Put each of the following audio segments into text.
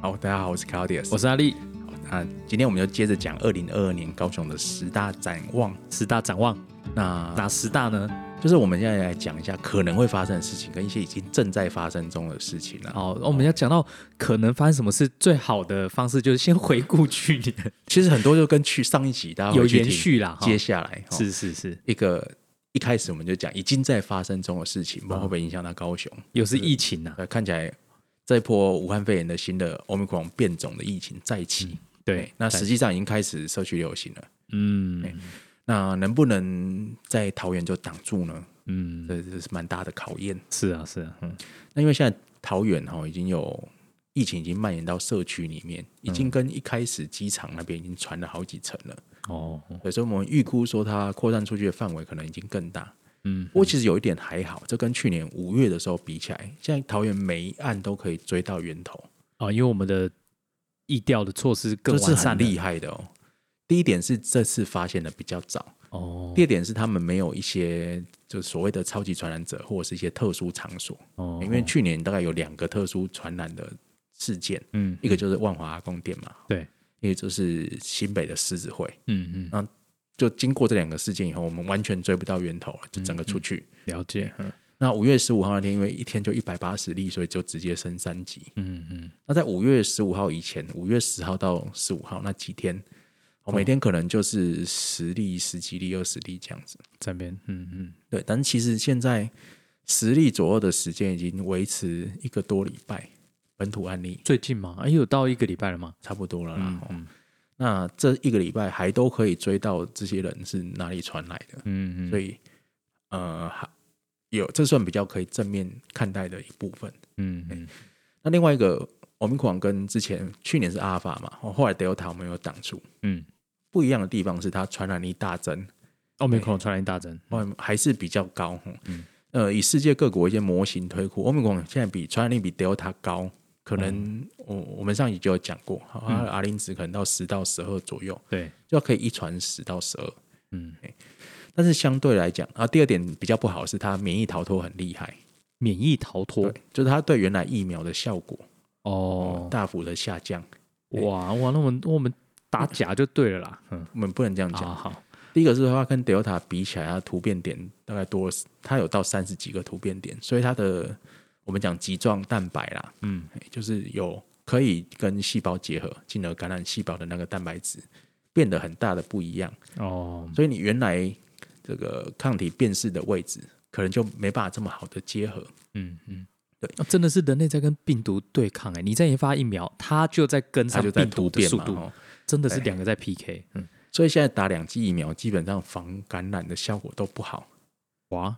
好，大家好，我是 Claudius，我是阿力，好那今天我们就接着讲二零二二年高雄的十大展望。十大展望那哪十大呢？就是我们现在来讲一下可能会发生的事情，跟一些已经正在发生中的事情啊了。哦，我们要讲到可能发生什么事，最好的方式就是先回顾去年，其实很多就跟去上一集大家有回去延听续啦。哈接下来哦 是是是，一个一开始我们就讲已经在发生中的事情，不知啊道会不会影响到高雄？有是疫情啊，呃，看起来这波武汉肺炎的新的 Omicron 变种的疫情再起，嗯对，那实际上已经开始社区流行了。嗯那能不能在桃园就挡住呢？嗯，这这是蛮大的考验。是啊是啊，嗯那因为现在桃园哈、已经有疫情已经蔓延到社区里面，已经跟一开始机场那边已经传了好几层了。哦对所以我们预估说它扩散出去的范围可能已经更大。嗯，不过其实有一点还好，这跟去年五月的时候比起来，现在桃园每一案都可以追到源头，哦，因为我们的疫调的措施更这是完善很了厉害的哦。第一点是这次发现的比较早，哦第二点是他们没有一些就所谓的超级传染者或者是一些特殊场所，哦，因为去年大概有两个特殊传染的事件，嗯一个就是万华阿公店嘛，对，一个就是新北的狮子会。嗯嗯就经过这两个事件以后，我们完全追不到源头了，就整个出去。了解，嗯那五月十五号那天，因为一天就一百八十例，所以就直接升三级。嗯嗯那在五月十五号以前，五月十号到十五号那几天，哦我每天可能就是十例、十几例、二十例这样子。这边嗯嗯对，但其实现在十例左右的时间已经维持一个多礼拜，本土案例最近嘛，哎有到一个礼拜了吗？差不多了啦。嗯那这一个礼拜还都可以追到这些人是哪里传来的，嗯所以呃，还有这算比较可以正面看待的一部分。嗯嗯那另外一个，我们狂跟之前去年是阿尔法嘛，哦后来 Delta 我们有挡住，嗯，不一样的地方是它传染力大增，奥密克戎传染大增，外哦还是比较高。嗯，呃，以世界各国一些模型推估，欧米伽现在比传染力比 Delta 高，可嗯能我、我们上一集就有讲过，啊好它的 R 零值可能到十到十二左右，对，就可以一传十到十二。嗯，但是相对来讲啊，第二点比较不好是它免疫逃脱很厉害，免疫逃脱对，就是它对原来疫苗的效果哦，大幅的下降。哇哇，那我们我们打假就对了啦。嗯，我们不能这样讲。啊好，第一个是它跟 Delta 比起来，它突变点大概多了，它有到三十几个突变点，所以它的我们讲棘状蛋白啦，嗯，哎就是有可以跟细胞结合，进而感染细胞的那个蛋白质变得很大的不一样，哦，所以你原来这个抗体辨识的位置，可能就没办法这么好的结合。嗯嗯，对、哦，真的是人类在跟病毒对抗哎、你在研发疫苗，它就在跟它上就在病毒突的变速嘛，度，哦真的是对两个在 PK。嗯，所以现在打两剂疫苗，基本上防感染的效果都不好。哇，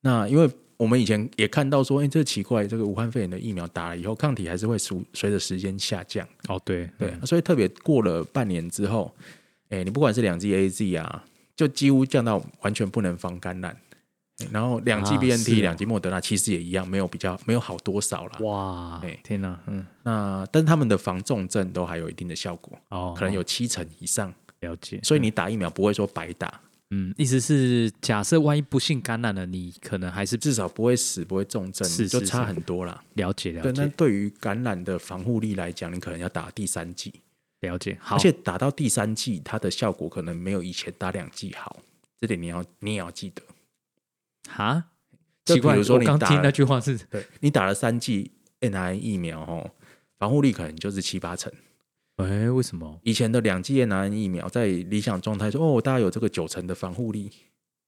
那因为我们以前也看到说，哎、这奇怪，这个武汉肺炎的疫苗打了以后，抗体还是会随随着时间下降，哦对对，所以特别过了半年之后，哎、你不管是两剂 A Z 啊，就几乎降到完全不能防感染。哎然后两剂啊 B N 是 T、哦两剂莫德纳其实也一样，没有比较，没有好多少啦。哇对，天哪、嗯，那但是他们的防重症都还有一定的效果，哦，嗯可能有七成以上，了解，所以你打疫苗不会说白打，嗯，意思是假设万一不幸感染了，你可能还是至少不会死，不会重症，是就是差是很多啦。了解了对，那解对于感染的防护力来讲，你可能要打第三剂，了解，好而，且打到第三剂，它的效果可能没有以前打两剂好，这点你要你也要记得。哈，就奇怪，比如说我你刚打听了那句话是对你打了三剂 N I 疫苗哦，防护力可能就是七八成。哎、为什么？以前的两剂 N I 疫苗在理想状态说，哦，大家有这个九成的防护力，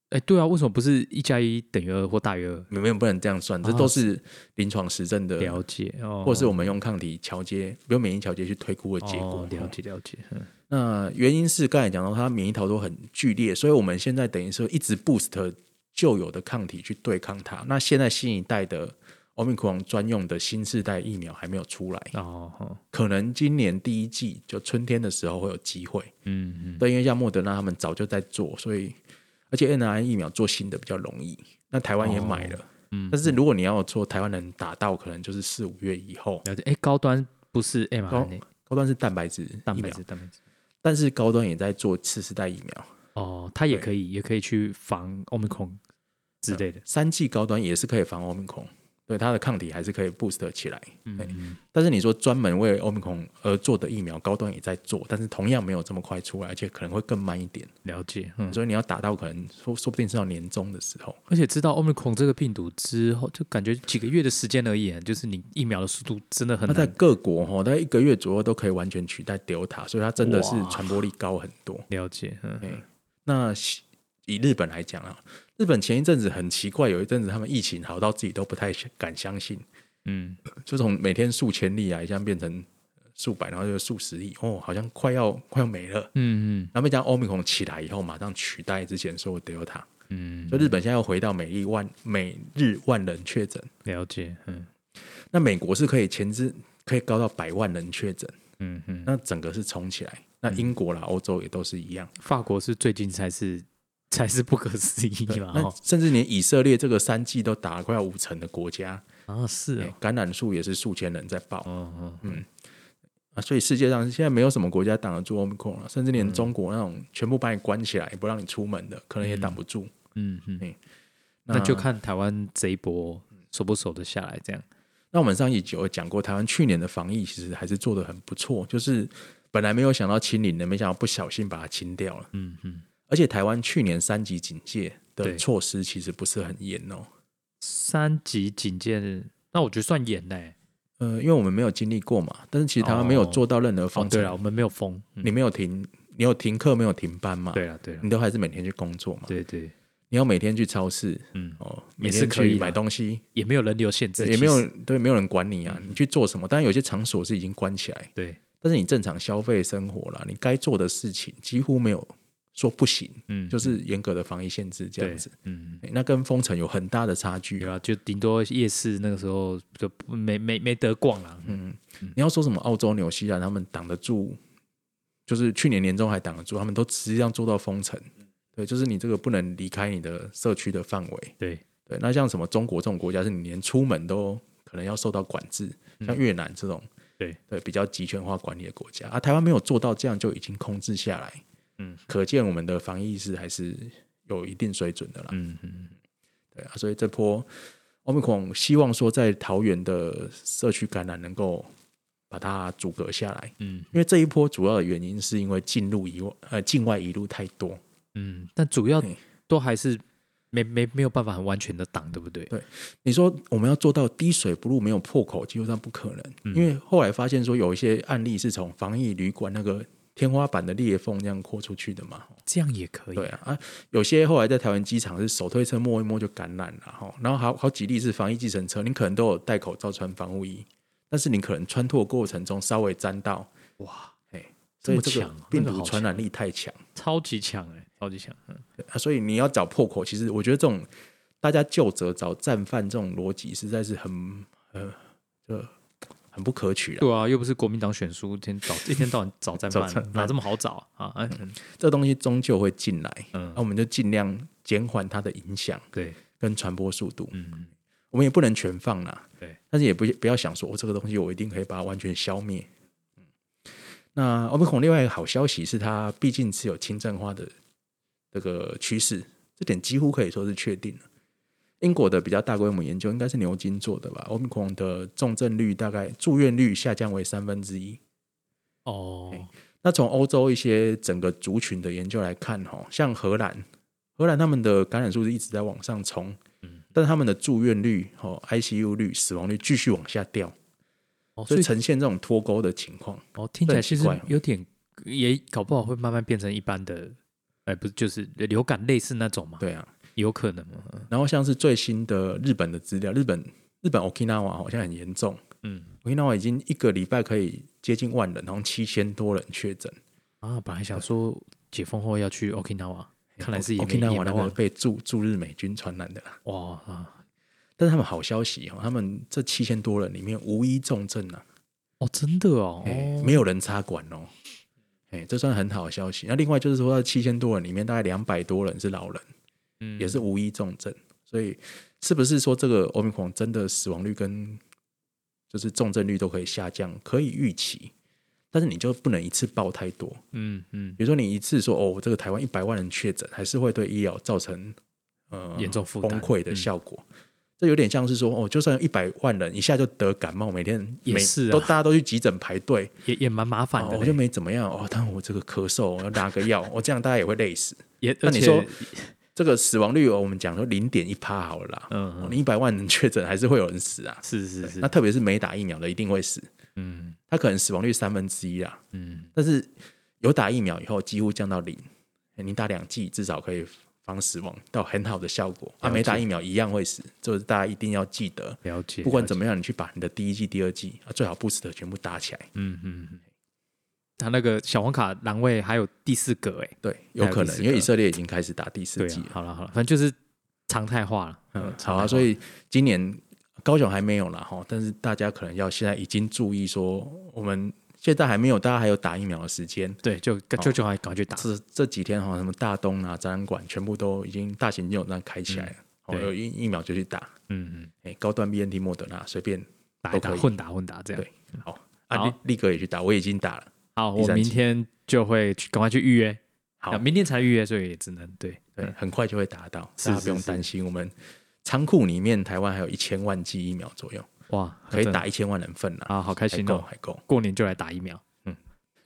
哎、对啊，为什么不是一加一等于二或大于二？没有不能这样算，这哦都是临床实证的，了解哦，或是我们用抗体桥接，比如免疫桥接去推估的结果。哦、了解了解，嗯那原因是刚才讲到它免疫逃脱很剧烈，所以我们现在等于是一直 boost 旧有的抗体去对抗它。那现在新一代的 Omicron 专用的新世代疫苗还没有出来，哦，哦可能今年第一季就春天的时候会有机会。嗯嗯，对，因为像莫德纳他们早就在做，所以而且 N R N 疫苗做新的比较容易。那台湾也买了，嗯但是如果你要说台湾人打到，可能就是四五月以后。了解。哎，高端不是 mRNA 高端是蛋白质疫蛋白苗，质，蛋白质。但是高端也在做次世代疫苗。哦，它也对可以，也可以去防 omicron 之类的。三 G 高端也是可以防 Omicron，对它的抗体还是可以 boost 起来。嗯，但是你说专门为 Omicron 而做的疫苗，高端也在做，但是同样没有这么快出来，而且可能会更慢一点。了解，嗯，所以你要打到可能说说不定是到年终的时候。而且知道 Omicron 这个病毒之后，就感觉几个月的时间而已，就是你疫苗的速度真的很那在难各国哈、大概一个月左右都可以完全取代 Delta，所以它真的是哇传播力高很多。了解，嗯，对，那西以日本来讲啊，日本前一阵子很奇怪，有一阵子他们疫情好到自己都不太敢相信，嗯，就从每天数千例啊，一下变成数百，然后就数十例，哦，好像快要快要没了。嗯然后再加上 Omicron 起来以后，马上取代之前所有 Delta，嗯嗯，所以日本现在又回到每日万每日万人确诊。了解，嗯那美国是可以前置可以高到百万人确诊，嗯嗯，那整个是冲起来。那英国啦、欧洲也都是一样。法国是最近才是才是不可思议嘛，那哦甚至连以色列这个三季都打了快要五成的国家，啊，是欸哦，感染数也是数千人在报、嗯嗯，啊，所以世界上现在没有什么国家挡得住 Omicron 了，甚至嗯连中国那种全部把你关起来不让你出门的，可能也挡不住。嗯嗯，那那就看台湾这一波守不守得下来，这样，那我们上一集有讲过，台湾去年的防疫其实还是做得很不错，就是本来没有想到清零的，没想到不小心把它清掉了。嗯嗯，而且台湾去年三级警戒的对措施其实不是很严哦、三级警戒，那我觉得算严欸嘞，呃，因为我们没有经历过嘛，但是其实台湾没有做到任何哦，防对城，了，我们没有封，啊嗯你没有停，你有停课没有停班嘛？，对了对了，你都还是每天去工作嘛？对对，你要每天去超市，嗯，哦，每也天是可以去啦买东西，也没有人流限制，也没其有实对，没有人管你啊，你去做什么？当然有些场所是已经关起来，对，但是你正常消费生活啦，你该做的事情几乎没有说不行，嗯，就是严格的防疫限制这样对子。，嗯，诶那跟封城有很大的差距有啊！啊，就顶多夜市那个时候就不没没没得逛了，嗯你要说什么澳洲、纽西兰他们挡得住，就是去年年中还挡得住，他们都实际上做到封城。对，就是你这个不能离开你的社区的范围。对，对，那像什么中国这种国家，是你连出门都可能要受到管制，像越南这种，嗯对对，比较集权化管理的国家啊，台湾没有做到这样就已经控制下来，嗯，可见我们的防疫意识还是有一定水准的啦，嗯嗯，对啊，所以这波奥密克戎希望说在桃园的社区感染能够把它阻隔下来，嗯，因为这一波主要的原因是因为进入一呃境外一路太多，嗯，但主要嘿都还是没没没有办法很完全的挡，对不对？你说我们要做到滴水不入，没有破口，基本上不可能。嗯因为后来发现说，有一些案例是从防疫旅馆那个天花板的裂缝这样扩出去的嘛。这样也可以，对啊，啊，有些后来在台湾机场是手推车摸一摸就感染了哈。然后好好几例是防疫计程车，你可能都有戴口罩、穿防护衣，但是你可能穿脱过程中稍微沾到，哇，哎，所这以么这个强哦病那毒个好传染力太强。超级强哎，超级强，嗯啊，所以你要找破口，其实我觉得这种大家就责找战犯这种逻辑，实在是很呃，这很不可取了。对啊，又不是国民党选书，天找一天到晚 找战找战犯，犯哪这么好找啊？哎，这东西终究会进来，嗯那、我们就尽量减缓它的影响对，跟传播速度。嗯，我们也不能全放啦，对，但是也不不要想说，我、哦这个东西我一定可以把它完全消灭。嗯，那欧美孔另外一个好消息是，它毕竟是有轻症化的这个趋势，这点几乎可以说是确定了。英国的比较大规模研究应该是牛津做的吧？欧米孔的重症率大概住院率下降为三分之一。哦，那从欧洲一些整个族群的研究来看，哈，像荷兰，荷兰他们的感染数是一直在往上冲，嗯但是他们的住院率、哦 ICU 率、死亡率继续往下掉，哦，所所以以呈现这种脱钩的情况。哦，听起来很奇其实怪哦有点，也搞不好会慢慢变成一般的，哎，不是就是流感类似那种嘛？，对啊，有可能嘛？然后像是最新的日本的资料，日本日本 Okinawa 好像很严重嗯， ，Okinawa 已经一个礼拜可以接近万人，然后七千多人确诊，啊，本来想说解封后要去 Okinawa，看来是也没哦也 Okinawa 没那那个么被驻驻日美军传染的啦。哇啊，但是他们好消息哦，他们这七千多人里面无一重症啊，哦，真的哦，哎哦没有人插管哦。哎，这算很好的消息。那另外就是说，七千多人里面，大概两百多人是老人，嗯也是无一重症。所以，是不是说这个欧米狂真的死亡率跟就是重症率都可以下降，可以预期？但是你就不能一次报太多。嗯嗯比如说，你一次说哦，这个台湾一百万人确诊，还是会对医疗造成呃嗯严重负担崩溃的效果。这有点像是说，哦，就算一百万人一下就得感冒，每天也每是啊都大家都去急诊排队，也也蛮麻烦哦的我嘞、就没怎么样哦，但我这个咳嗽，我要拿个药， 哦我这样大家也会累死。也那而你且说这个死亡率，哦，我们讲说零点一趴好了啦，嗯哦你一百万人确诊还是会有人死啊。是是是那，特别是没打疫苗的一定会死，嗯他可能死亡率三分之一啦。嗯，但是有打疫苗以后，几乎降到零。你打两剂至少可以防死亡，到很好的效果。啊，了解没打疫苗一样会死，这是大家一定要记得。了解。不管怎么，么样，你去把你的第一剂、第二剂啊，最好 boost 全部打起来。嗯嗯嗯，他那个小黄卡栏位还有第四格哎、对，有可还有第能，四个因为以色列已经开始打第四对、剂啊了，。好了好了，反正就是常态化了。嗯嗯，，好啊，所以以今年高雄还没有啦哈，但是大家可能要现在已经注意说，我们现在还没有，大家还有打疫苗的时间。对，就就就赶快去打。这这几天哈，什么大东啊、展览馆全部都已经大型已经有那开起来了，哦，对有疫疫苗就去打，嗯嗯，哎，高端 BNT 莫德纳随便打一都打可以混打混打这样。对好啊，好力力哥也去打，我已经打了，好，第我三明集天就会去赶快去预约。好啊，明天才预约，所以也只能对对，很快就会达到，嗯是大家是不用是担心，我们仓库里面台湾还有一千万剂疫苗左右，哇，可以啊真的打一千万人份啦，啊，好开还心够哦！还够。过年就来打疫苗，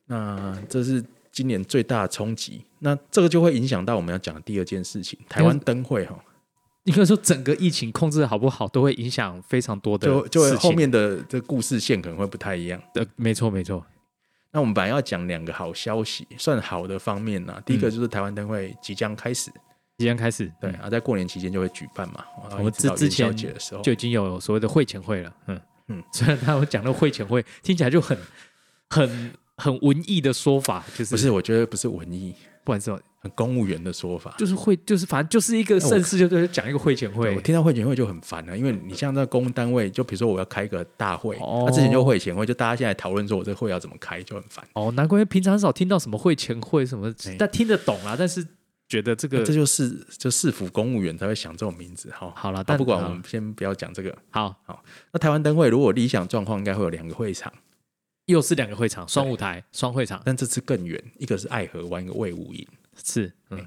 那这是今年最大的冲击，那这个就会影响到我们要讲的第二件事情，台湾灯会哈，应该说整个疫情控制的好不好，都会影响非常多的就就会事情后面的这故事线可能会不太一样。呃，没错没错，那我们本来要讲两个好消息，算好的方面啦。第一个就是台湾灯会即将开始，即将开始，对嗯，啊，在过年期间就会举办嘛。然后我们一直到之元宵之前节的时候，就已经有所谓的会前会了，嗯嗯嗯，虽然他们讲的会前会听起来就很很很文艺的说法，就是不是，我觉得不是文艺，不管什么，很公务员的说法。就是会就是反正就是一个盛世，就对讲一个会前对会我，听到会前会就很烦啊了，因为你像在公务单位，就比如说我要开个大会，他、哦之前就会前会，就大家现在讨论说我这会要怎么开，就很烦。哦，难怪平常很少听到什么会前会什么哎，但听得懂啦，但是觉得这个这就是就市府公务员才会想这种名字哈。好啦啊但不管好我们先不要讲这个。好那台湾灯会如果理想状况，应该会有两个会场，又是两个会场，双舞台，双会场但这次更远，一个是爱河湾，一个魏武营。是，嗯，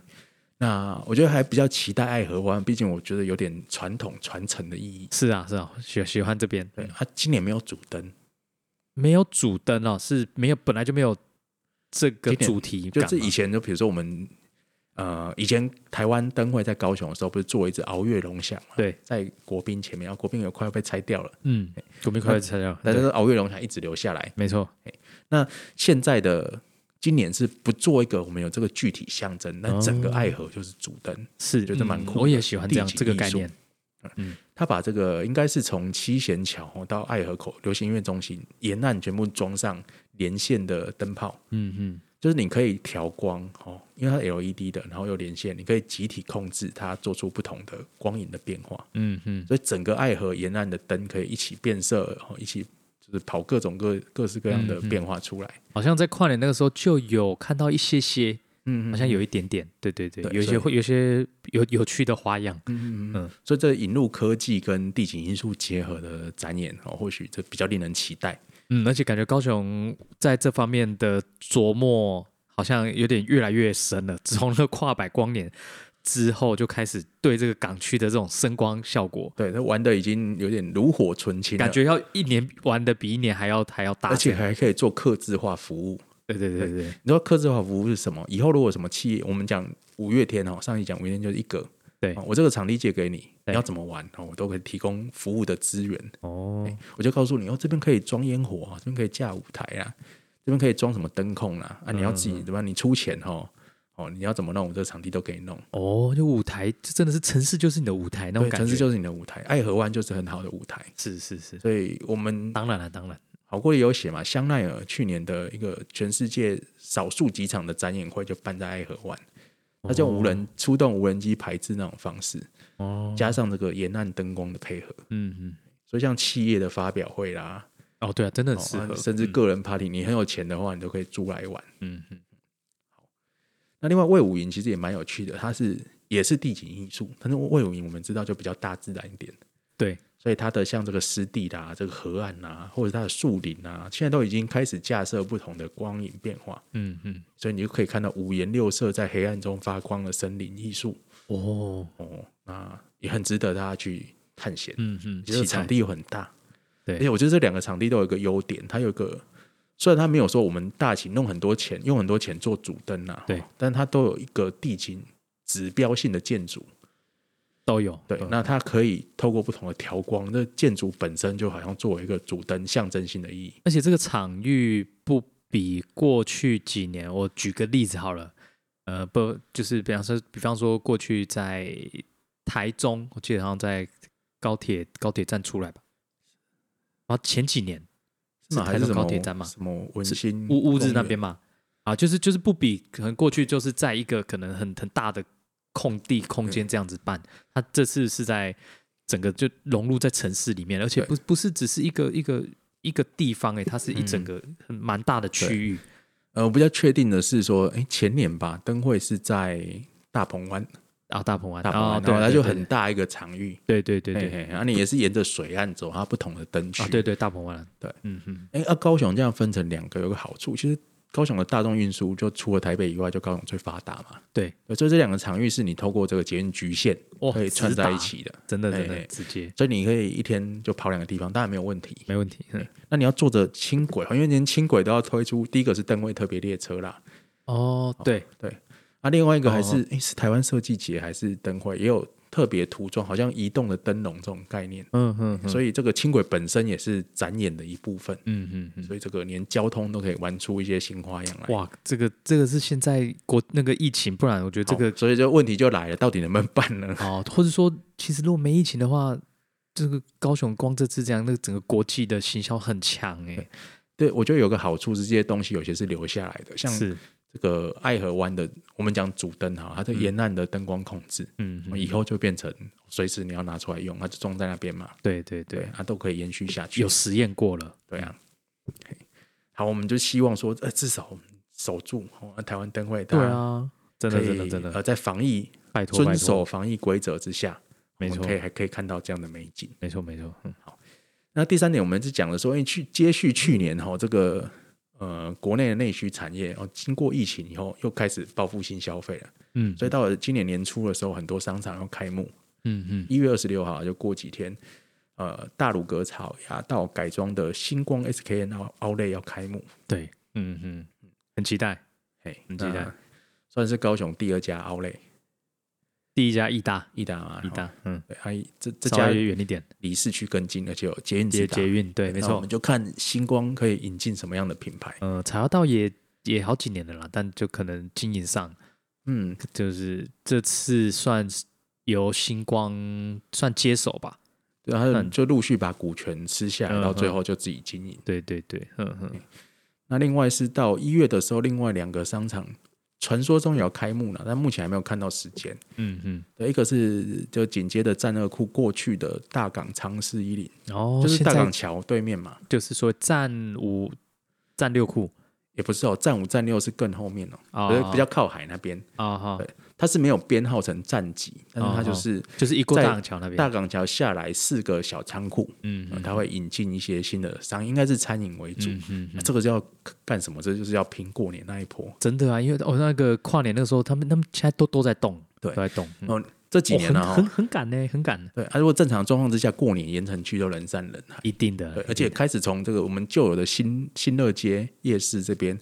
那我觉得还比较期待爱河湾，毕竟我觉得有点传统传承的意义。是啊是啊，喜喜欢这边，对，它、今年没有主灯，没有主灯哦，是没有本来就没有这个今年主题感就嘛，是以前就比如说我们呃，以前台湾灯会在高雄的时候，不是做一只鳌月龙翔嘛，对，在国宾前面，然后啊国宾也快要被拆掉了，嗯，国民快乐车辆，但对是鳌月龙翔一直留下来。没错，现在的今年是不做一个我们有这个具体象征，那哦整个爱河就是主灯。是觉得蛮嗯酷的我也喜欢这样地景这个艺概术念，他把这个应该是从七贤桥哦到爱河口流行音乐中心沿岸全部装上连线的灯泡，嗯嗯，就是你可以调光哦，因为它 LED 的，然后又连线，你可以集体控制它做出不同的光影的变化，嗯嗯，所以整个爱河沿岸的灯可以一起变色，哦，一起就是跑各种各各式各样的变化出来。好像在跨年那个时候就有看到一些些，嗯好像有一点点，对对对，对有一些所以会有一些有有趣的花样，嗯嗯嗯，所以这引入科技跟地景因素结合的展演哦，或许这比较令人期待。嗯，而且感觉高雄在这方面的琢磨好像有点越来越深了。自从那跨百光年之后，就开始对这个港区的这种声光效果，对，他玩的已经有点炉火纯青了，感觉要一年玩的比一年还要还要大。而且还可以做客制化服务。对对对对你说客制化服务是什么？以后如果什么企业，我们讲五月天哦，上一讲五月天就是一个，对哦，我这个场地借给你，你对要怎么玩哦，我都可以提供服务的资源。哦，我就告诉你，哦，这边可以装烟火啊，这边可以架舞台啊，这边可以装什么灯控啦、啊，你要嗯自己对吧？你出钱哦，哦，你要怎么弄，我这个场地都给你弄。哦，就舞台，这真的是城市就是你的舞台那种对，感觉，城市就是你的舞台，爱河湾就是很好的舞台，是是是，所以我们当然了，当然，好过也有写嘛，香奈儿去年的一个全世界少数几场的展演会就办在爱河湾，它就用无人出动无人机排制那种方式，哦，加上这个沿岸灯光的配合，嗯嗯，所以像企业的发表会啦，哦对啊，真的很哦适啊合，甚至个人 party，你很有钱的话，你都可以租来玩。嗯嗯那另外魏武营其实也蛮有趣的，它是也是地景艺术，但是魏武营我们知道就比较大自然一点，对，所以它的像这个湿地啦、这个河岸啊，或者它的树林啊，现在都已经开始架设不同的光影变化。嗯嗯，所以你就可以看到五颜六色在黑暗中发光的森林艺术哦，哦，那也很值得大家去探险，嗯嗯，其实期待场地又很大，对而且我觉得这两个场地都有一个优点，它有一个虽然它没有说我们大型弄很多钱，用很多钱做主灯啊，对哦，但它都有一个地景指标性的建筑，都有，嗯对，都有那它可以透过不同的调光，那建筑本身就好像作为一个主灯象征性的意义。而且这个场域不比过去几年，我举个例子好了，呃，不就是比方说，比方说过去在台中，我记得好像在高铁高铁站出来吧，然后前几年是还台是中什么高铁站吗？什么文心乌乌日嗯公那园边嘛，啊，就是就是不比可能过去就是在一个可能很很大的空地空间这样子办，它这次是在整个就融入在城市里面，而且不不是只是一个一个一个地方哎、它是一整嗯个很蛮大的区域，呃，我比较确定的是说，哎、前年吧，灯会是在大鹏湾，啊，大鹏湾，大鹏湾、啊，然对，后它对就对很大一个场域，对对对对嘿嘿，啊，你也是沿着水岸走，它不同的灯区，啊，对对大鹏湾，对，嗯嗯，哎、啊，高雄这样分成两个有个好处，其实高雄的大众运输就除了台北以外，就高雄最发达嘛。对，对所以这两个场域是你透过这个捷运局限哇可以直串在一达起的，真的真哎的哎直接所以你可以一天就跑两个地方，当然没有问题。没问题，嗯那你要坐着轻轨，因为连轻轨都要推出，第一个是灯位特别列车啦，哦，对，对，啊，另外一个还哦是诶，是台湾设计节还是灯会，也有特别涂装，好像移动的灯笼这种概念，嗯嗯嗯所以这个轻轨本身也是展演的一部分，嗯嗯嗯。所以这个连交通都可以玩出一些新花样来。哇，这个这个是现在国那个疫情，不然我觉得这好个所以就问题就来了，到底能不能办呢？ 哦，或者说，其实如果没疫情的话，这个高雄光这次这样，那个整个国际的行销很强哎、对我觉得有个好处是，这些东西有些是留下来的，像是，这个爱河湾的，我们讲主灯哈，它的沿岸的灯光控制，嗯，嗯以后就变成随时你要拿出来用，它就装在那边嘛，对对对，对，它都可以延续下去。有实验过了，对啊。嘿好，我们就希望说，呃，至少我们守住、哦、台湾灯会，大对家啊，真的可真的以真的，呃，在防疫拜托拜遵守托，防疫规则之下，没我们错可以还可以看到这样的美景。没错没错，嗯那第三点，我们是讲的说，因为去接续去年哈、哦、这个呃国内的内需产业哦，经过疫情以后又开始报复性消费了，嗯所以到了今年年初的时候，很多商场要开幕，嗯嗯，一月二十六号就过几天，呃，大鲁阁草衙道改装的星光 SKN 奥奥莱要开幕，对，嗯嗯，很期待。嘿，很期待那算是高雄第二家奥莱，第一家义大，义大嘛，义大，嗯，对，还这这稍家微远一点，离市区更近，而且有捷运直捷达捷运，对，没那我错们，就看星光可以引进什么样的品牌。呃，彩花道也也好几年了啦，但就可能经营上嗯，就是这次算是由星光算接手吧。对，啊他但就陆续把股权吃下来，嗯到最嗯后就自己经营。对对对，嗯哼，那另外是到一月的时候，另外两个商场传说中也要开幕了，但目前还没有看到时间。嗯嗯，对，一个是就紧接着战二库过去的大港昌市一零，然后就是哦现大港在桥对面嘛，就是说战五战六库也不是哦，战五战六是更后面哦，啊可是比较靠海那边，啊哈，对它是没有编号成战级，但是哦它就是就是一过大在港桥那边，大港桥下来四个小仓库，嗯呃它会引进一些新的商，应该是餐饮为主。啊嗯嗯，那这个是要干什么？这就是要拼过年那一波。真的啊，因为哦那个跨年那个时候，他们他们现在都都在动，对都在动，嗯哦，这几年了、哦啊、很很很赶呢，很赶，对，啊，如果正常状况之下，过年盐城区都人山人啊海，一定的对，，而且开始从这个我们旧有的新新乐街夜市这边，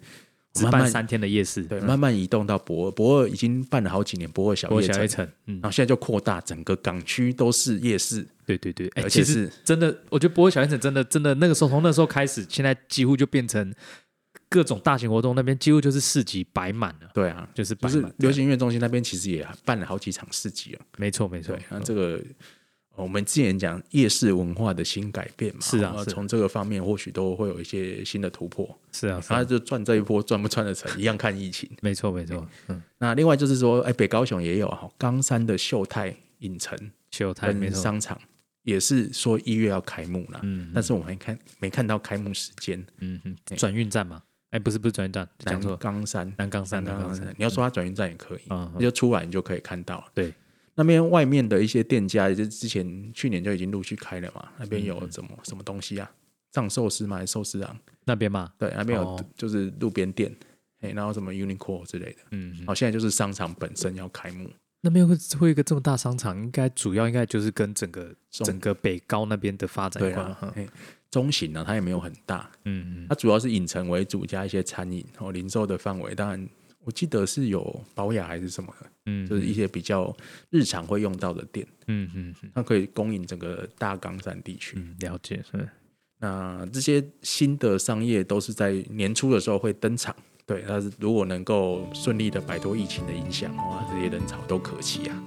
只慢办慢三天的夜市，对，慢慢移动到博尔，博尔已经办了好几年博尔小我夜小城，一城，嗯然，后现在就扩大整个港区都是夜市，对对对，哎、而且其是实真的，我觉得博尔小县城真的真的那个时候，从那时候开始，现在几乎就变成各种大型活动那边几乎就是市集摆满了，对啊，就是摆就满是流行音乐中心那边其实也办了好几场市集了，没错没错对，，嗯那这个。呃我们之前讲夜市文化的新改变嘛，是啊呃是啊从这个方面或许都会有一些新的突破。是啊是然啊后，就赚这一波，赚不赚得成，一样看疫情。没错没错，嗯，那另外就是说，哎，北高雄也有哈，冈山的秀泰影城秀泰没跟错，商场也是说一月要开幕啦，嗯但是我们还看没看到开幕时间。嗯嗯，转运站嘛，哎、不是不是转运站，讲南错了，冈山，南冈山南南冈冈山山，，你要说它转运站也可以，嗯你就出来你就可以看到了。对，那边外面的一些店家，也就是之前去年就已经陆续开了嘛。那嗯边有什么什么东西啊？藏寿司嘛，还是寿司郎？那边嘛，对，那边有哦就是路边店，哎，然后什么 Uniqlo 之类的。嗯，好，现在就是商场本身要开幕，那边会会有一个这么大商场，应该主要应该就是跟整个中整个北高那边的发展有对关啊嘛。嗯，嘿中型啊，它也没有很大，嗯嗯，它主要是影城为主，加一些餐饮，然后零售的范围，当然我记得是有保养还是什么的，嗯就是一些比较日常会用到的店，嗯嗯嗯它可以供应整个大冈山地区。嗯，了解。嗯那这些新的商业都是在年初的时候会登场。对，但是如果能够顺利的摆脱疫情的影响的话，这些人潮都可期啊。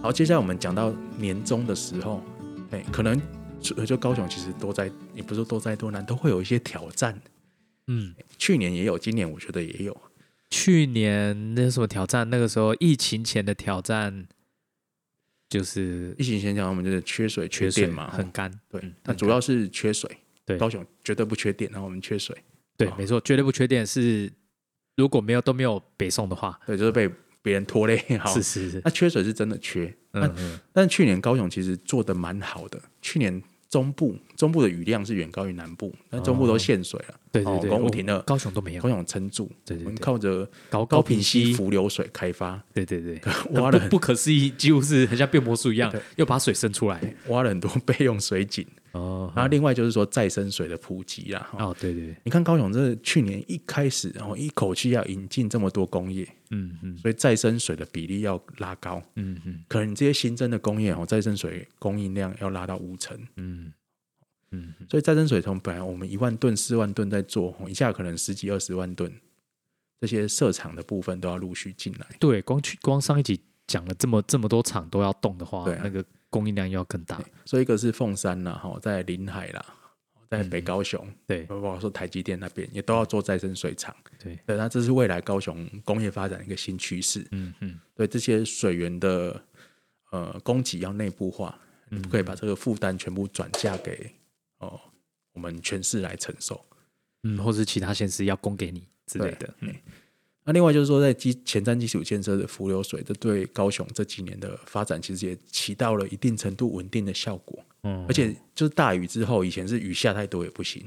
好，接下来我们讲到年终的时候，哎，可能就就高雄其实都在，也不是说都在多难，都会有一些挑战。嗯，去年也有，今年我觉得也有。去年那什么挑战，那个时候疫情前的挑战就是疫情前讲我们就是缺水、缺缺水电嘛，哦很干。对嗯，那很主要是缺水。对高雄绝对不缺电，然后我们缺水，对哦，没错，绝对不缺电是，如果没有都没有北宋的话，对，就是被别人拖累。好，啊是是是，那缺水是真的缺，嗯嗯但去年高雄其实做的蛮好的。去年中部中部的雨量是远高于南部，那中部哦都限水了，对对对，哦公我五停了高雄都没有高，雄撑住。对对我们对，靠着高高屏平溪浮流水开 发，对对对，挖不了很不可思议，几乎是很像变魔术一样对，又把水生出来。挖了很多备用水井，哦然后另外就是说再生水的普及啦。哈哦，对对对，你看高雄这去年一开始，然后一口气要引进这么多工业，嗯嗯所以再生水的比例要拉高。嗯嗯可能你这些新增的工业哦，再生水供应量要拉到五成，嗯嗯嗯，所以再生水从本来我们一万吨、四万吨在做，哦一下可能十几、二十万吨，这些设厂的部分都要陆续进来。对，光去光上一集讲了这么这么多场都要动的话对，啊那个供应量又要更大。所以一个是凤山啦，哈，在临海啦，在北高雄，对包括说台积电那边也都要做再生水厂。对，对，那这是未来高雄工业发展的一个新趋势。嗯嗯对这些水源的呃供给要内部化，你不可以把这个负担全部转嫁给哦、我们全市来承受。嗯，或是其他县市要供给你之类啊的。嗯那另外就是说，在基前瞻基础建设的浮流水，这对高雄这几年的发展其实也起到了一定程度稳定的效果。嗯，而且就是大雨之后，以前是雨下太多也不行，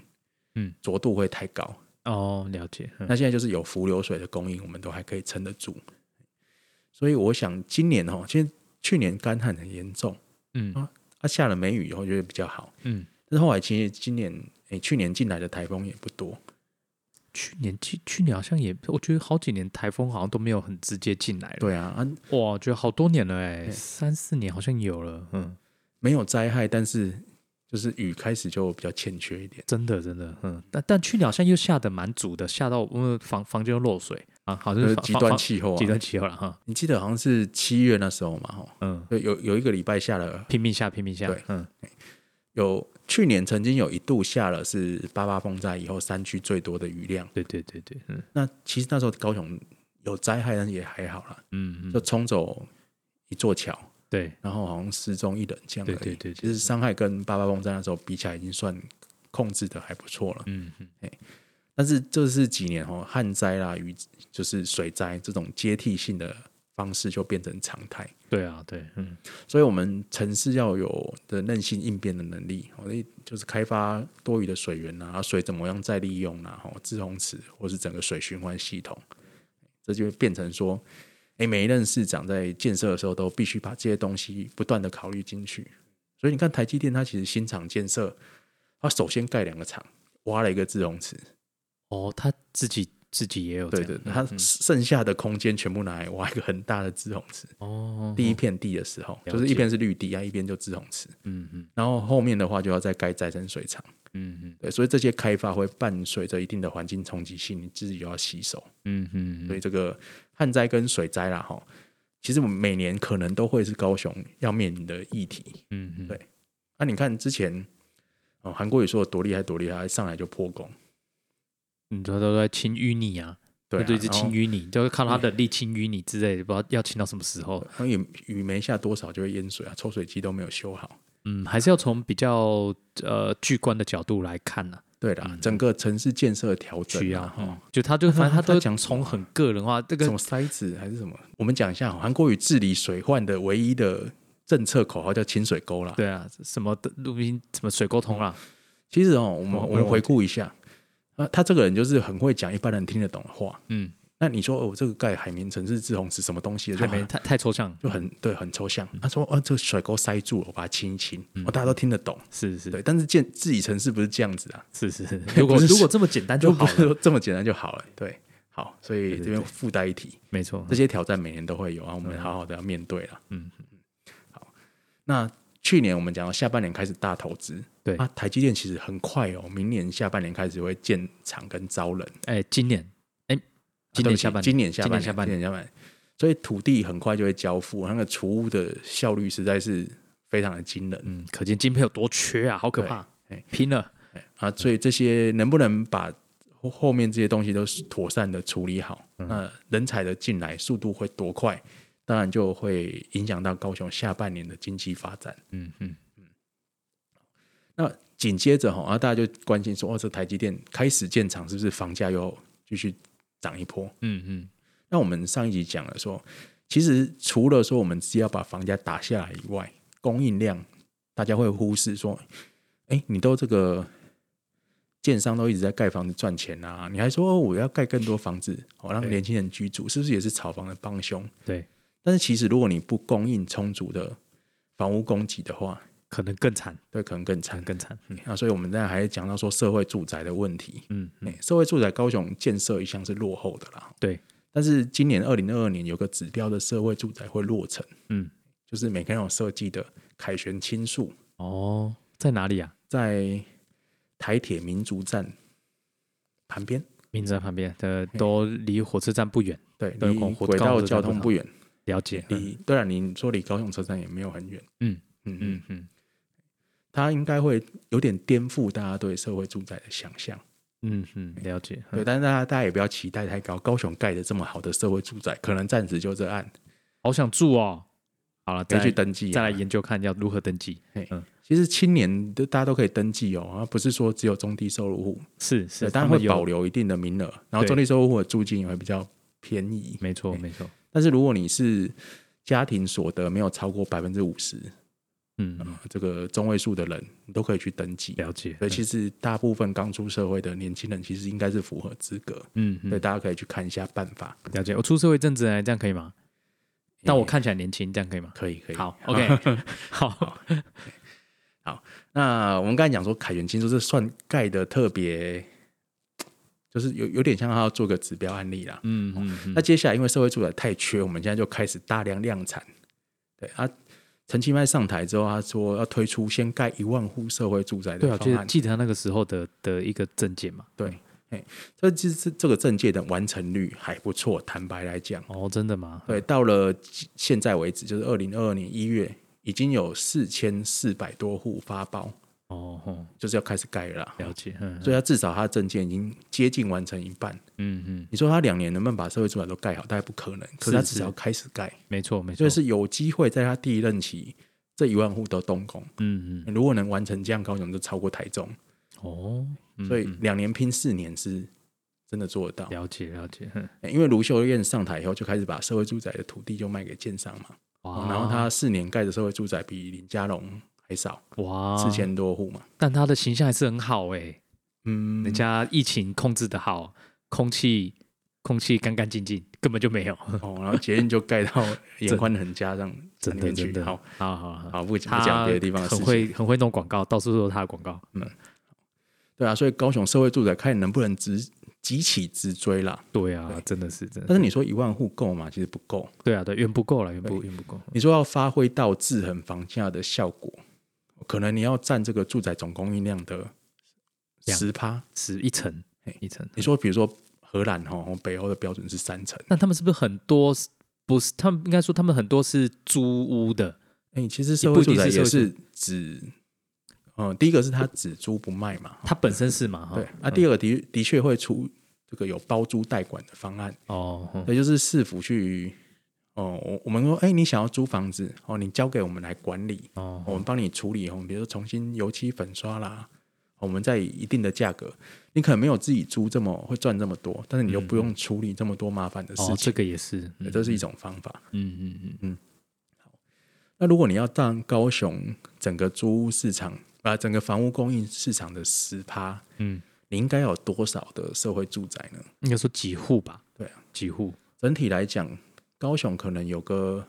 嗯，浊度会太高。哦，了解。嗯那现在就是有浮流水的供应，我们都还可以撑得住。所以我想今年哦，其实去年干旱很严重，嗯它、下了梅雨以后觉得比较好。嗯，但是后来其实今年诶、去年进来的台风也不多，去年去去年好像也，我觉得好几年台风好像都没有很直接进来了。对啊，啊哇，觉得好多年了哎，对三四年好像有了，嗯，没有灾害，但是就是雨开始就比较欠缺一点。真的真的，嗯，但但去年好像又下的蛮足的，下到我们房房间都漏水啊，好像就是是房极房端房气候啊，极端气候了哈，你记得好像是七月那时候嘛，哈，嗯，对，有有一个礼拜下了，拼命下拼命下对，嗯，有去年曾经有一度下了是八八风灾以后山区最多的雨量。对对对对，嗯那其实那时候高雄有灾害，但是也还好啦，嗯就嗯，冲走一座桥，对，然后好像失踪一人这样而已。对对对对其实伤害跟八八风灾那时候比起来，已经算控制的还不错了。嗯嗯但是这是几年哦，旱灾啦、雨就是水灾这种阶替性的方式就变成常态。对啊对，嗯所以我们城市要有的韧性应变的能力，哦，那就是开发多余的水源啊，水怎么样再利用啊，哦，自洪池或是整个水循环系统，这就会变成说，哎诶，每一任市长在建设的时候都必须把这些东西不断的考虑进去。所以你看台积电，它其实新厂建设，它首先盖两个厂，挖了一个自洪池，哦，他自己自己也有这对对，样，嗯它剩下的空间全部拿来挖一个很大的自洪池。哦，第一片地的时候，了就是一解边是绿地啊，一边就自洪池。嗯嗯然后后面的话就要再盖再生水厂，嗯嗯对，所以这些开发会伴随着一定的环境冲击性，你自己就要吸收。嗯嗯，所以嗯这个旱灾跟水灾啦，哈，其实我们每年可能都会是高雄要面临的议题。嗯嗯，对那、你看之前，哦，韩国瑜说多厉害多厉害，上来就破功，你说都在亲淤泥啊。对、啊，对，一直然后亲淤泥，就是靠他的力亲淤泥之类的，不知道要亲到什么时候。然后雨雨没下多少就会淹水啊，抽水机都没有修好。嗯，还是要从比较呃巨观的角度来看呢、对啦，整个城市建设的调整嗯需要啊，嗯哈，就他就反正他都他讲什么从很个人化，这什个么塞子还是什么，我们讲一下哦韩国瑜治理水患的唯一的政策口号叫清水沟啦。对啊，什么的录音，什么水沟通啦，其实哦，我们我我们回顾一下，啊，他这个人就是很会讲一般人听得懂的话。嗯，那你说哦，我这个盖海绵城市志宏是什么东西？太就没很太太抽象，就很对，很抽象。嗯他说：“哦，这个水沟塞住了，我把它清一清。哦，大家都听得懂。是是对，但是建自己城市不是这样子啊，是是，是如果 不是如果这么简单就就不 好是了，说这么简单就好了。对，好，所以对对这边附带一提，没错这，些挑战每年都会有啊，我们好好的要面对了。嗯，那去年我们讲到下半年开始大投资，对啊，台积电其实很快哦，明年下半年开始会建厂跟招人，啊哎，今年哎，啊对今不年起下半年，今年下半今年下半年今年，年下半年，所以土地很快就会交付，那个除屋的效率实在是非常的惊人。嗯，可见晶片有多缺啊，好可对怕哎，拼了，啊，所以这些能不能把后后面这些东西都是妥善的处理好？那人才的进来速度会多快？当然就会影响到高雄下半年的经济发展。嗯嗯，那紧接着哈，啊，大家就关心说，哦，这台积电开始建厂，是不是房价又继续涨一波？嗯嗯，那我们上一集讲了说，其实除了说我们只要把房价打下来以外，供应量大家会忽视说，哎，你都这个建商都一直在盖房子赚钱啊，你还说、哦我要盖更多房子，哦，让对年轻人居住，是不是也是炒房的帮凶？对，但是其实如果你不供应充足的房屋供给的话，可能更惨，对，可能更可惨能。更惨，嗯啊，所以我们现在还讲到说社会住宅的问题。嗯嗯，哎，社会住宅高雄建设一向是落后的啦，对，但是今年二零二二年有个指标的社会住宅会落成，嗯，就是每个人有设计的凯旋青树，哦，在哪里啊？在台铁民族站旁边，民宅旁边的都离火车站不远，对，对离广轨道高速交道通路上不远，了解，嗯离当然你说离高雄车站也没有很远，嗯嗯嗯，嗯嗯它应该会有点颠覆大家对社会住宅的想象，嗯嗯，了解，嗯对，但是大家大家也不要期待太高，高雄盖的这么好的社会住宅，可能暂时就这岸，好想住哦。好了，可再以去来登记啊、再来研究看要如何登记。其实青年的大家都可以登记哦，而不是说只有中低收入户，是是，当然他们会有保，留一定的名额，然后对中低收入户的租金也会比较便宜。没错没错。但是如果你是家庭所得没有超过百分之五十，嗯，呃嗯这个中位数的人，你都可以去登记。了解。所以其实大部分刚出社会的年轻人，其实应该是符合资格。嗯，对，嗯，大家可以去看一下办法。了解。我出社会一阵子了，这样可以吗？但我诶看起来年轻，这样可以吗？可以可以好，OK，好， 那我们刚才讲说凯旋青树这算盖的特别，就是有有点像他要做个指标案例啦。嗯嗯嗯，那接下来因为社会住宅太缺，我们现在就开始大量量产。对啊，陈其迈上台之后，他说要推出先盖一万户社会住宅对的啊，记方得案，记得他那个时候的的一个证件嘛。对这其实这个政界的完成率还不错。坦白来讲，哦，真的吗？对，到了现在为止，就是二零二二年一月，已经有四千四百多户发包，哦，哦，就是要开始盖了啦。了解。嗯所以他至少他的证件已经接近完成一半。嗯嗯，你说他两年能不能把社会住宅都盖好？大概不可能。可是他至少要开始盖，没错没错，所以是有机会在他第一任期这一万户都动工。嗯嗯如果能完成这样，高雄就超过台中。哦，嗯所以嗯两年拼四年是真的做得到。欸了解了解。嗯因为卢秀燕上台以后，就开始把社会住宅的土地就卖给建商嘛。哦哇然后他四年盖的社会住宅比林佳龙还少，哇四，千多户嘛。但他的形象还是很好哎，嗯，人家疫情控制的好，空气空气干干净净，根本就没有。哦，然后捷运就盖 到严宽恒家这样真里的面去真的，好好好好，啊好不讲不啊他讲别的地方的事情。很会很会弄广告，到处都是他的广告。对啊，所以高雄社会住宅看能不能直急起直追啦。对啊，真的是真的但是，是你说一万户够吗？其实不够。对啊，对，远不够了，远不远不够。你说要发挥到制衡房价的效果，可能你要占这个住宅总供应量的量十趴。十一层嘿一层，你说，比如说荷兰哈，哦北欧的标准是三成。那他们是不是很多是？不是，他们应该说他们很多是租屋的，哎、其实也社会不一定住宅是也社会是只，嗯，第一个是它只租不卖嘛，它本身是嘛？哈对啊。第二个的的确会出这个有包租代管的方案，哦，哦那就是市府去。哦，我我们说，哎、你想要租房子，哦，你交给我们来管理，哦，我们帮你处理哦，比如说重新油漆粉刷啦，哦我们再以一定的价格，你可能没有自己租这么会赚这么多，但是你又不用处理这么多麻烦的事嗯哦，这情，个也是，嗯这是一种方法。嗯嗯嗯嗯，那如果你要占高雄整个租屋市场啊、呃整个房屋供应市场的十趴，嗯，你应该要有多少的社会住宅呢？应该说几户吧？对啊，几户？整体来讲，高雄可能有个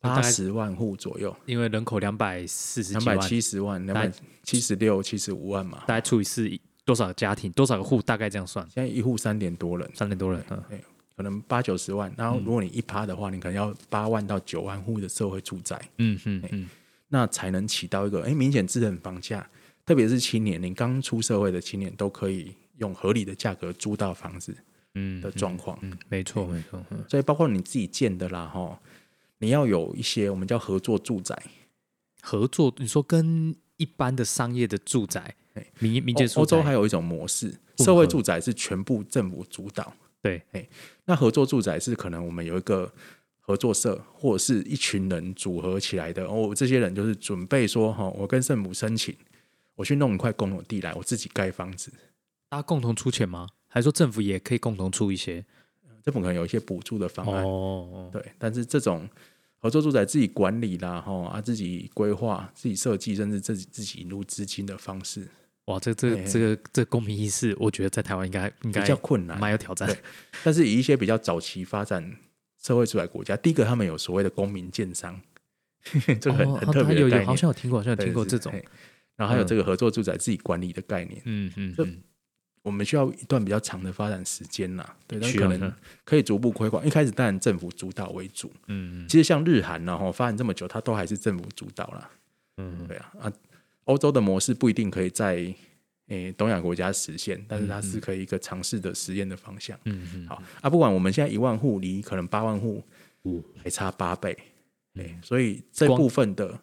大八概十万户左右，因为人口两百四十两几百万，七十万、两大百概七十六、七十五万嘛。大概除以四，多少个家庭，多少个户，大概这样算，现在一户三点多人，三点多人。嗯，可能八九十万。然后嗯如果你一趴的话，你可能要八万到九万户的社会住宅，嗯嗯嗯，那才能起到一个哎、诶明显制衡房价，特别是青年，你刚出社会的青年都可以用合理的价格租到房子嗯的状况。嗯，没错没错，嗯所以包括你自己建的啦，哈，你要有一些我们叫合作住宅。合作，你说跟一般的商业的住宅哎，民民间欧欧住洲宅，还有一种模式，合社会住宅是全部政府主导，对，那合作住宅是可能我们有一个合作社或者是一群人组合起来的。哦，这些人就是准备说，哈、我跟政府申请，我去弄一块公有地来，我自己盖房子。大家共同出钱吗？还是说政府也可以共同出一些？政府可能有一些补助的方案，哦，对，但是这种。合作住宅自己管理啦，哈啊，自己规划、自己设计，甚至自己自己引入资金的方式，哇，这这哎这个这个公民意识，我觉得在台湾应该应该比较困难。蛮有挑战。但是以一些比较早期发展社会主义国家，第一个他们有所谓的公民建商， 这个很、 哦很好特别的有有，概好念。像有听过，好像有对听过这，种是。嘿然后还有嗯这个合作住宅自己管理的概念，嗯嗯这嗯，我们需要一段比较长的发展时间啦。对，但需可要嗯能的可以逐步推广。一开始当然政府主导为主，嗯其实像日韩呢，哈，发展这么久，它都还是政府主导啦。嗯对啊，啊，欧洲的模式不一定可以在诶、东亚国家实现，但是它是可以一个尝试的实验的方向。嗯嗯，好啊，不管我们现在一万户离可能八万户嗯，还差八倍，对，所以这光部分的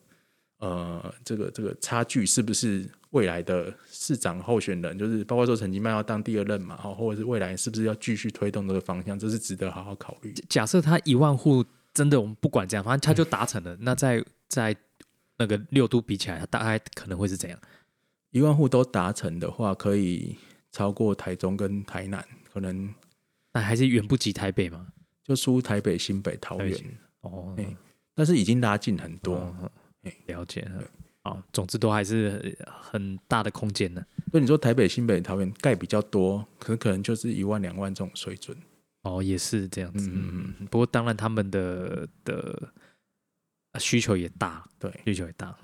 呃，这个这个差距是不是未来的市长候选人，就是包括说陈吉曼要当第二任嘛，哦，或者是未来是不是要继续推动这个方向，这是值得好好考虑。假设他一万户真的，我们不管这样，反正他就达成了。那在在那个六都比起来，他大概可能会是怎样？一万户都达成的话，可以超过台中跟台南，可能那还是远不及台北嘛？就输台北、新北、桃台北园，哦，哎但是已经拉近很多。嗯了解。好，总之都还是很大的空间呢。所以你说台北、新北、桃园盖比较多，可可能就是一万两万这种水准。哦，也是这样子。嗯嗯，嗯不过当然他们的的呃需求也大，对，需求也大。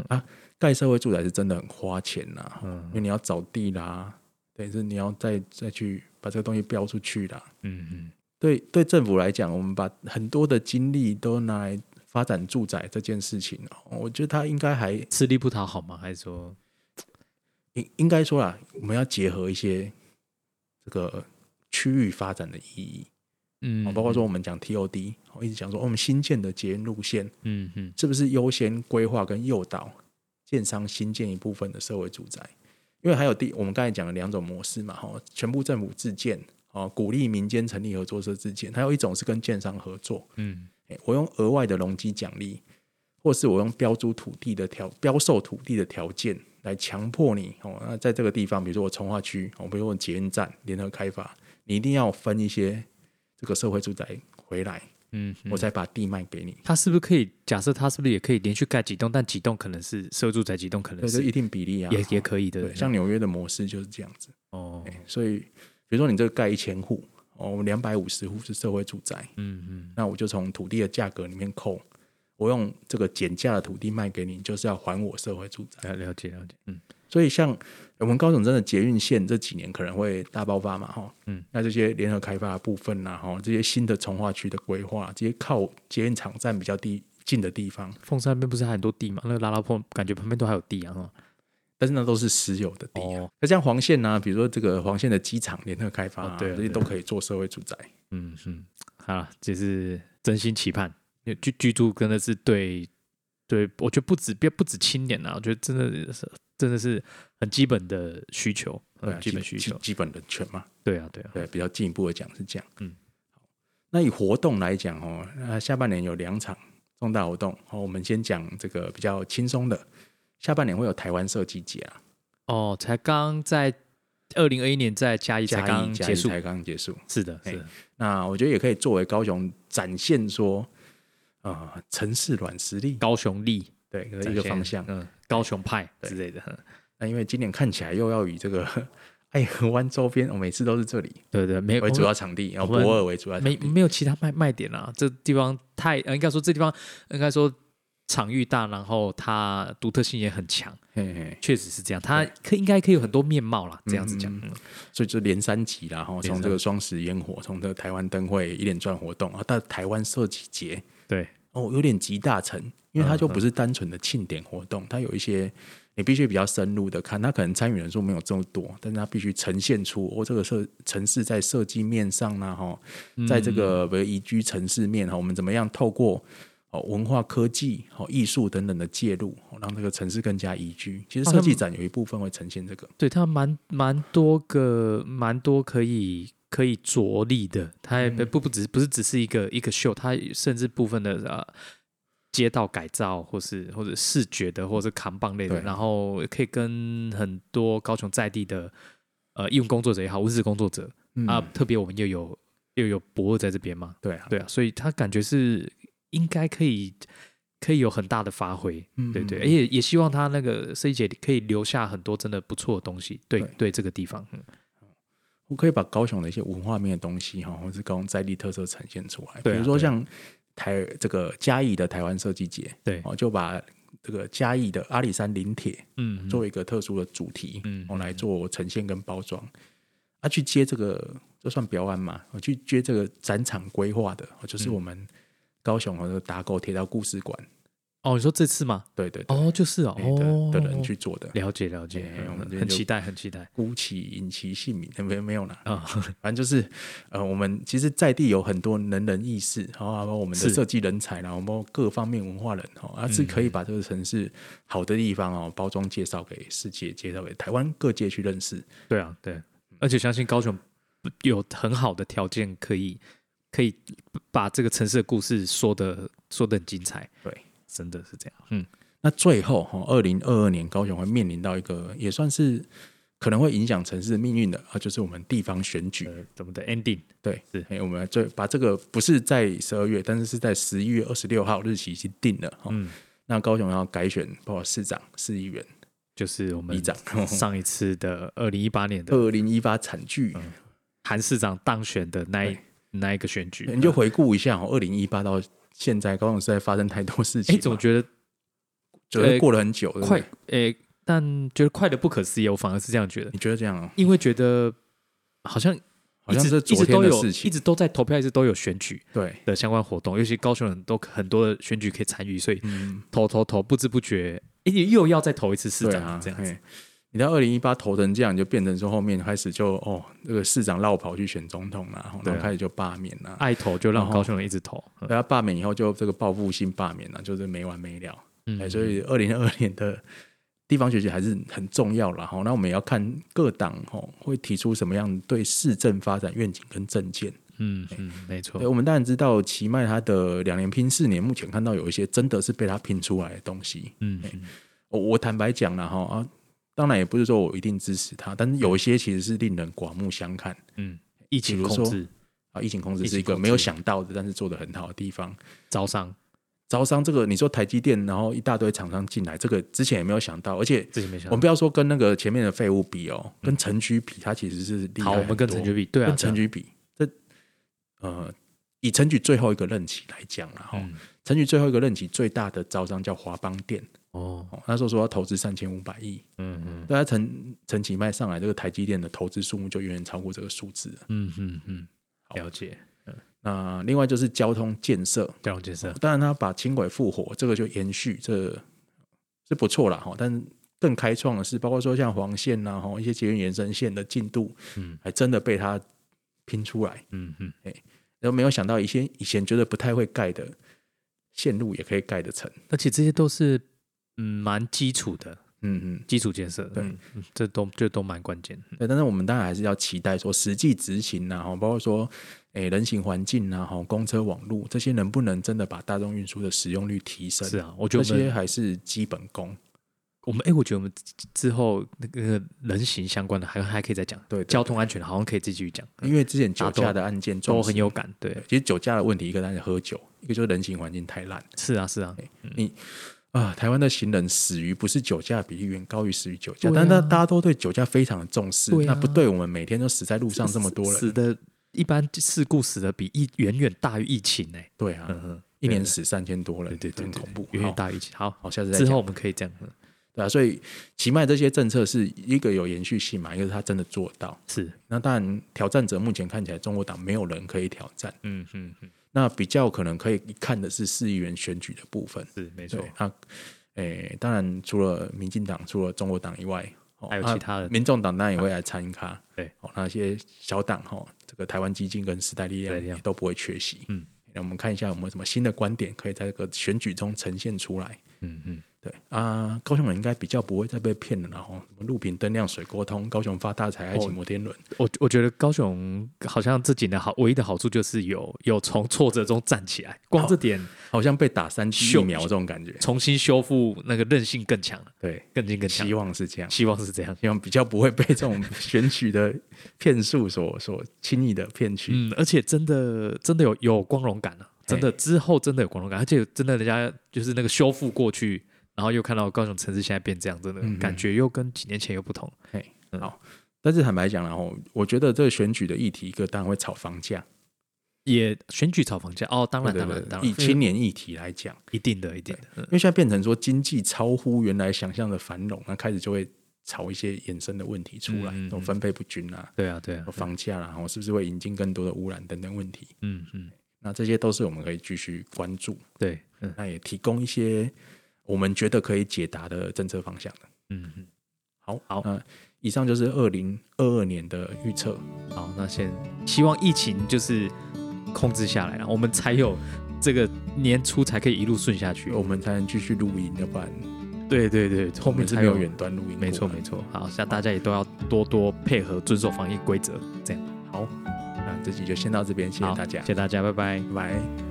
盖社会住宅是真的很花钱呐、嗯因为你要找地啦，等于是你要再再去把这个东西标出去啦。嗯嗯，对对，政府来讲，我们把很多的精力都拿来发展住宅这件事情哦，我觉得它应该还吃力不讨好吗？还是说，应应该说啦，我们要结合一些这个区域发展的意义，嗯哦，包括说，我们讲 TOD，我一直讲说哦我们新建的捷运路线嗯嗯，是不是优先规划跟诱导建商新建一部分的社会住宅？因为还有第我们刚才讲的两种模式嘛，哈，全部政府自建，哦，鼓励民间成立合作社自建，还有一种是跟建商合作，嗯诶我用额外的容积奖励，或是我用标租土地的条标售土地的条件来强迫你哦，那在这个地方，比如说我从化区，哦，比如说我捷运站联合开发，你一定要分一些这个社会住宅回来，嗯，嗯我才把地卖给你。它是不是可以假设它是不是也可以连续盖几栋，但几栋可能是社会住宅，几栋可能对，这是一定比例啊，也也哦可以的。对，像纽约的模式就是这样子。哎哦，所以，比如说你这个盖一千户，哦，我两百五十户是社会住宅，嗯嗯，那我就从土地的价格里面扣，我用这个减价的土地卖给你，就是要还我社会住宅。了了解了解，嗯所以，像我们高雄真的捷运线这几年可能会大爆发嘛，哈，嗯，那这些联合开发的部分呐、啊，哈，这些新的从化区的规划，这些靠捷运场站比较地近的地方，凤山那边不是还很多地嘛？那个拉拉坡感觉旁边都还有地啊，哈但是那都是私有的地啊。哦那像黄线呢、比如说这个黄线的机场联合开发、哦对啊这些对啊都可以做社会住宅。嗯嗯，好啦，就是真心期盼，因为居居住真的是对对，我觉得不止不不止青年啊，我觉得真的是真的是很基本的需求，对啊嗯，基本需基求，基本人权嘛，对啊对啊，对，比较进一步的讲是这样。嗯，那以活动来讲哦，那下半年有两场重大活动哦，我们先讲这个比较轻松的。下半年会有台湾设计节啊，哦，才刚在二零二一年在嘉义才嘉刚义嘉结义束，才刚结束。是的，嘿是的，那我觉得也可以作为高雄展现说，呃，城市软实力高雄力对一个方向。嗯，高雄派之类的，那因为今年看起来又要以这个 爱河湾周边，我每次都是这里对对，没有为主要场地，然后我们博尔为主要场没地。没有其他卖卖点啦、这地方太，呃应该说这地方应该说场域大，然后它独特性也很强，嘿嘿，确实是这样。它可应该可以有很多面貌啦，这样子讲。嗯所以就连三级啦，然后连从三这个双十烟火，从这个台湾灯会一连串活动，然后到台湾设计节，对，哦，有点集大成，因为它就不是单纯的庆典活动，它有一些你必须比较深入的看，它可能参与人数没有这么多，但是它必须呈现出哦，这个设城市在设计面上呢、哈、在这个比如宜居城市面哈、我们怎么样透过哦文化科技、哦艺术等等的介入、哦让这个城市更加宜居。其实好设像计展有一部分会呈现这个，对，它蛮蛮多个，蛮多可以可以着力的。它也不不不只不是只是一个一个秀，它甚至部分的呃街道改造，或是或者视觉的，或者是扛棒类的，对然后可以跟很多高雄在地的呃义务工作者也好，文史工作者、嗯啊，特别我们又有又有博尔在这边嘛，对啊，对啊，所以他感觉是应该可以可以有很大的发挥，嗯对对，嗯而且也希望他那个 C 姐可以留下很多真的不错的东西，对对对这个地方，嗯我可以把高雄的一些文化面的东西哈，或是高雄在地特色呈现出来。对啊比如说对啊像台这个嘉义的台湾设计节，对哦，就把这个嘉义的阿里山林铁嗯，作为一个特殊的主题，嗯哦，来做呈现跟包装。啊，去接这个这算标案嘛？我去接这个展场规划的，哦嗯就是我们高雄和打狗铁道故事馆，哦，你说这次吗？对对对，哦，就是哦，哎哦的的人去做的。了解了解，哎我们这嗯边很就期待很期待姑且引其姓名，没有没有啦，啊， 反正就是，呃，我们其实在地有很多能人异士，然后包括我们的是嗯设计人才啦，然后包括各方面文化人哦，啊，是可以把这个城市好的地方哦，包装介绍给世界，介绍给台湾各界去认识。对啊对，嗯而且相信高雄有很好的条件可以可以把这个城市的故事说的说的很精彩，对，真的是这样，嗯，那最后哈，二零二二年高雄会面临到一个也算是可能会影响城市命运的啊，就是我们地方选举。呃，怎么的 ending 对，是哎，我们最把这个不是在十二月，但是是在十一月二十六号日期已经定了哦哈。嗯那高雄要改选，包括市长、市议员、就是我们里长。 上一次的二零一八年的二零一八惨剧，嗯韩市长当选的那一对那一个选举，你就回顾一下哦，二零一八到现在，高雄实在发生太多事情哎，嘛，总觉得觉得过了很久，对不快对？，哎，但觉得快的不可思议，我反而是这样觉得，你觉得这样哦？因为觉得好像好像一直是昨一直天都的有事一情，直都在投票，一直都有选举对，的相关活动，尤其高雄人都很多的选举可以参与，所以嗯，投投投，不知不觉哎又要再投一次市对长啊，这样子，嘿。你到二零一八投成这样，你就变成说后面开始就哦，这个市长绕跑去选总统啦，然对后啊开始就罢免啦，爱投就让然后高雄人一直投，嗯对他罢免以后就这个报复性罢免了，就是没完没了。嗯哎，所以二零二年的地方选举还是很重要啦。哈。那我们也要看各党吼会提出什么样对市政发展愿景跟政见。嗯嗯，没错对，，我们当然知道奇迈他的两年拼四年，目前看到有一些真的是被他拼出来的东西。嗯嗯我我坦白讲了哈啊，当然也不是说我一定支持他，但是有一些其实是令人刮目相看嗯，疫情比如控说制啊。疫情控制疫是情一个控制没有想到的，但是做的很好的地方。招商招商这个，你说台积电，然后一大堆厂商进来，这个之前也没有想到，而且这些没想我们到。不要说跟那个前面的废物比哦，跟陈局比，它其实是厉害好，我们跟很多陈局比，对啊，跟陈对啊局比，这呃，以陈局最后一个任期来讲了哈，嗯陈局最后一个任期最大的招商叫华邦店，哦，哦，那时候说要投资三千五百亿，嗯嗯对啊，陈陈启迈上来，这个台积电的投资数目就远远超过这个数字了。嗯嗯嗯，好了解，那另外就是交通建设，交通建设，当然他把轻轨复活，这个就延续，这是不错啦哈，但。更开创的是，包括说像黄线呐、啊，哈，一些捷运延伸线的进度，嗯还真的被他拼出来。嗯嗯，然后没有想到一些以前觉得不太会盖的线路也可以盖得成。而且这些都是嗯蛮基础的嗯嗯，基础建设，对嗯，嗯这都这都蛮关键，嗯对。但是我们当然还是要期待说实际执行啊，哈，包括说诶人行环境啊，哈，公车网路这些能不能真的把大众运输的使用率提升？是啊，我觉这得我些们还是基本功。我们哎，我觉得我们之之后那个人行相关的还还可以再讲，对对交通安全好像可以继续讲，因为之前酒大家都驾的案件都撞很死，有感，对对，其实酒驾的问题，一个当然是喝酒，一个就是人行环境太烂。是啊是啊，你啊、啊，台湾的行人死于不是酒驾比例远高于死于酒驾，对啊但那大家都对酒驾非常重视，对啊那不对，我们每天都死在路上这么多人，死的，一般事故死的比疫远远大于疫情呢、对啊，嗯哼，一年死三千多人，对对对，很对恐怖。远好远大于疫情。好，好，下次再之讲后我们可以这样，嗯对啊，所以奇迈这些政策是一个有延续性嘛，一个是他真的做到。是，那当然，挑战者目前看起来中国党没有人可以挑战。嗯嗯嗯，那比较可能可以看的是市议员选举的部分。是没错对，，那诶、当然除了民进党、除了中国党以外，哦还有那其他的民众党当然也会来参加。对，哦，那些小党哈、哦，这个台湾基金跟时代力量时代力也量都不会缺席。嗯，那我们看一下有没有什么新的观点可以在这个选举中呈现出来。嗯嗯，对啊，高雄人应该比较不会再被骗了啦，然后什么路平灯亮水沟通，高雄发大财，哦爱情摩天轮，我我觉得高雄好像这几年好唯一的好处就是有有从挫折中站起来，光这点好像被打三剂疫秀苗这种感觉。重新修复那个韧性更强了，对，更劲更强希，望是这样，希望是这样。希望比较不会被这种选举的骗术所所轻易的骗去。嗯，而且真的真的有有光荣感了、啊真的之后真的有光荣感，而且真的人家就是那个修复过去，然后又看到高雄城市现在变这样，真的、嗯嗯感觉又跟几年前又不同。嘿，嗯好。但是坦白讲啦，然后我觉得这个选举的议题，一个当然会炒房价，也选举炒房价哦，当然对当不然对当以然，青年议题来讲，一定的一定的，嗯因为现在变成说经济超乎原来想象的繁荣，那开始就会炒一些衍生的问题出来，嗯嗯那种嗯分配不均啊，对啊对啊，房价啦，然后是不是会引进更多的污染等等问题？嗯嗯那这些都是我们可以继续关注，对，嗯那也提供一些我们觉得可以解答的政策方向的。嗯嗯，好，好那以上就是二零二二年的预测。好，那先希望疫情就是控制下来了，我们才有这个年初才可以一路顺下去。我们才能继续录音，要不然哦对对对，后我们面是才没有有啊远端录音。没错没。错，好，像大家也都要多多配合，遵守防疫规则，这样。好，那这集就先到这边，谢谢好大家谢，谢大家，拜拜。拜拜。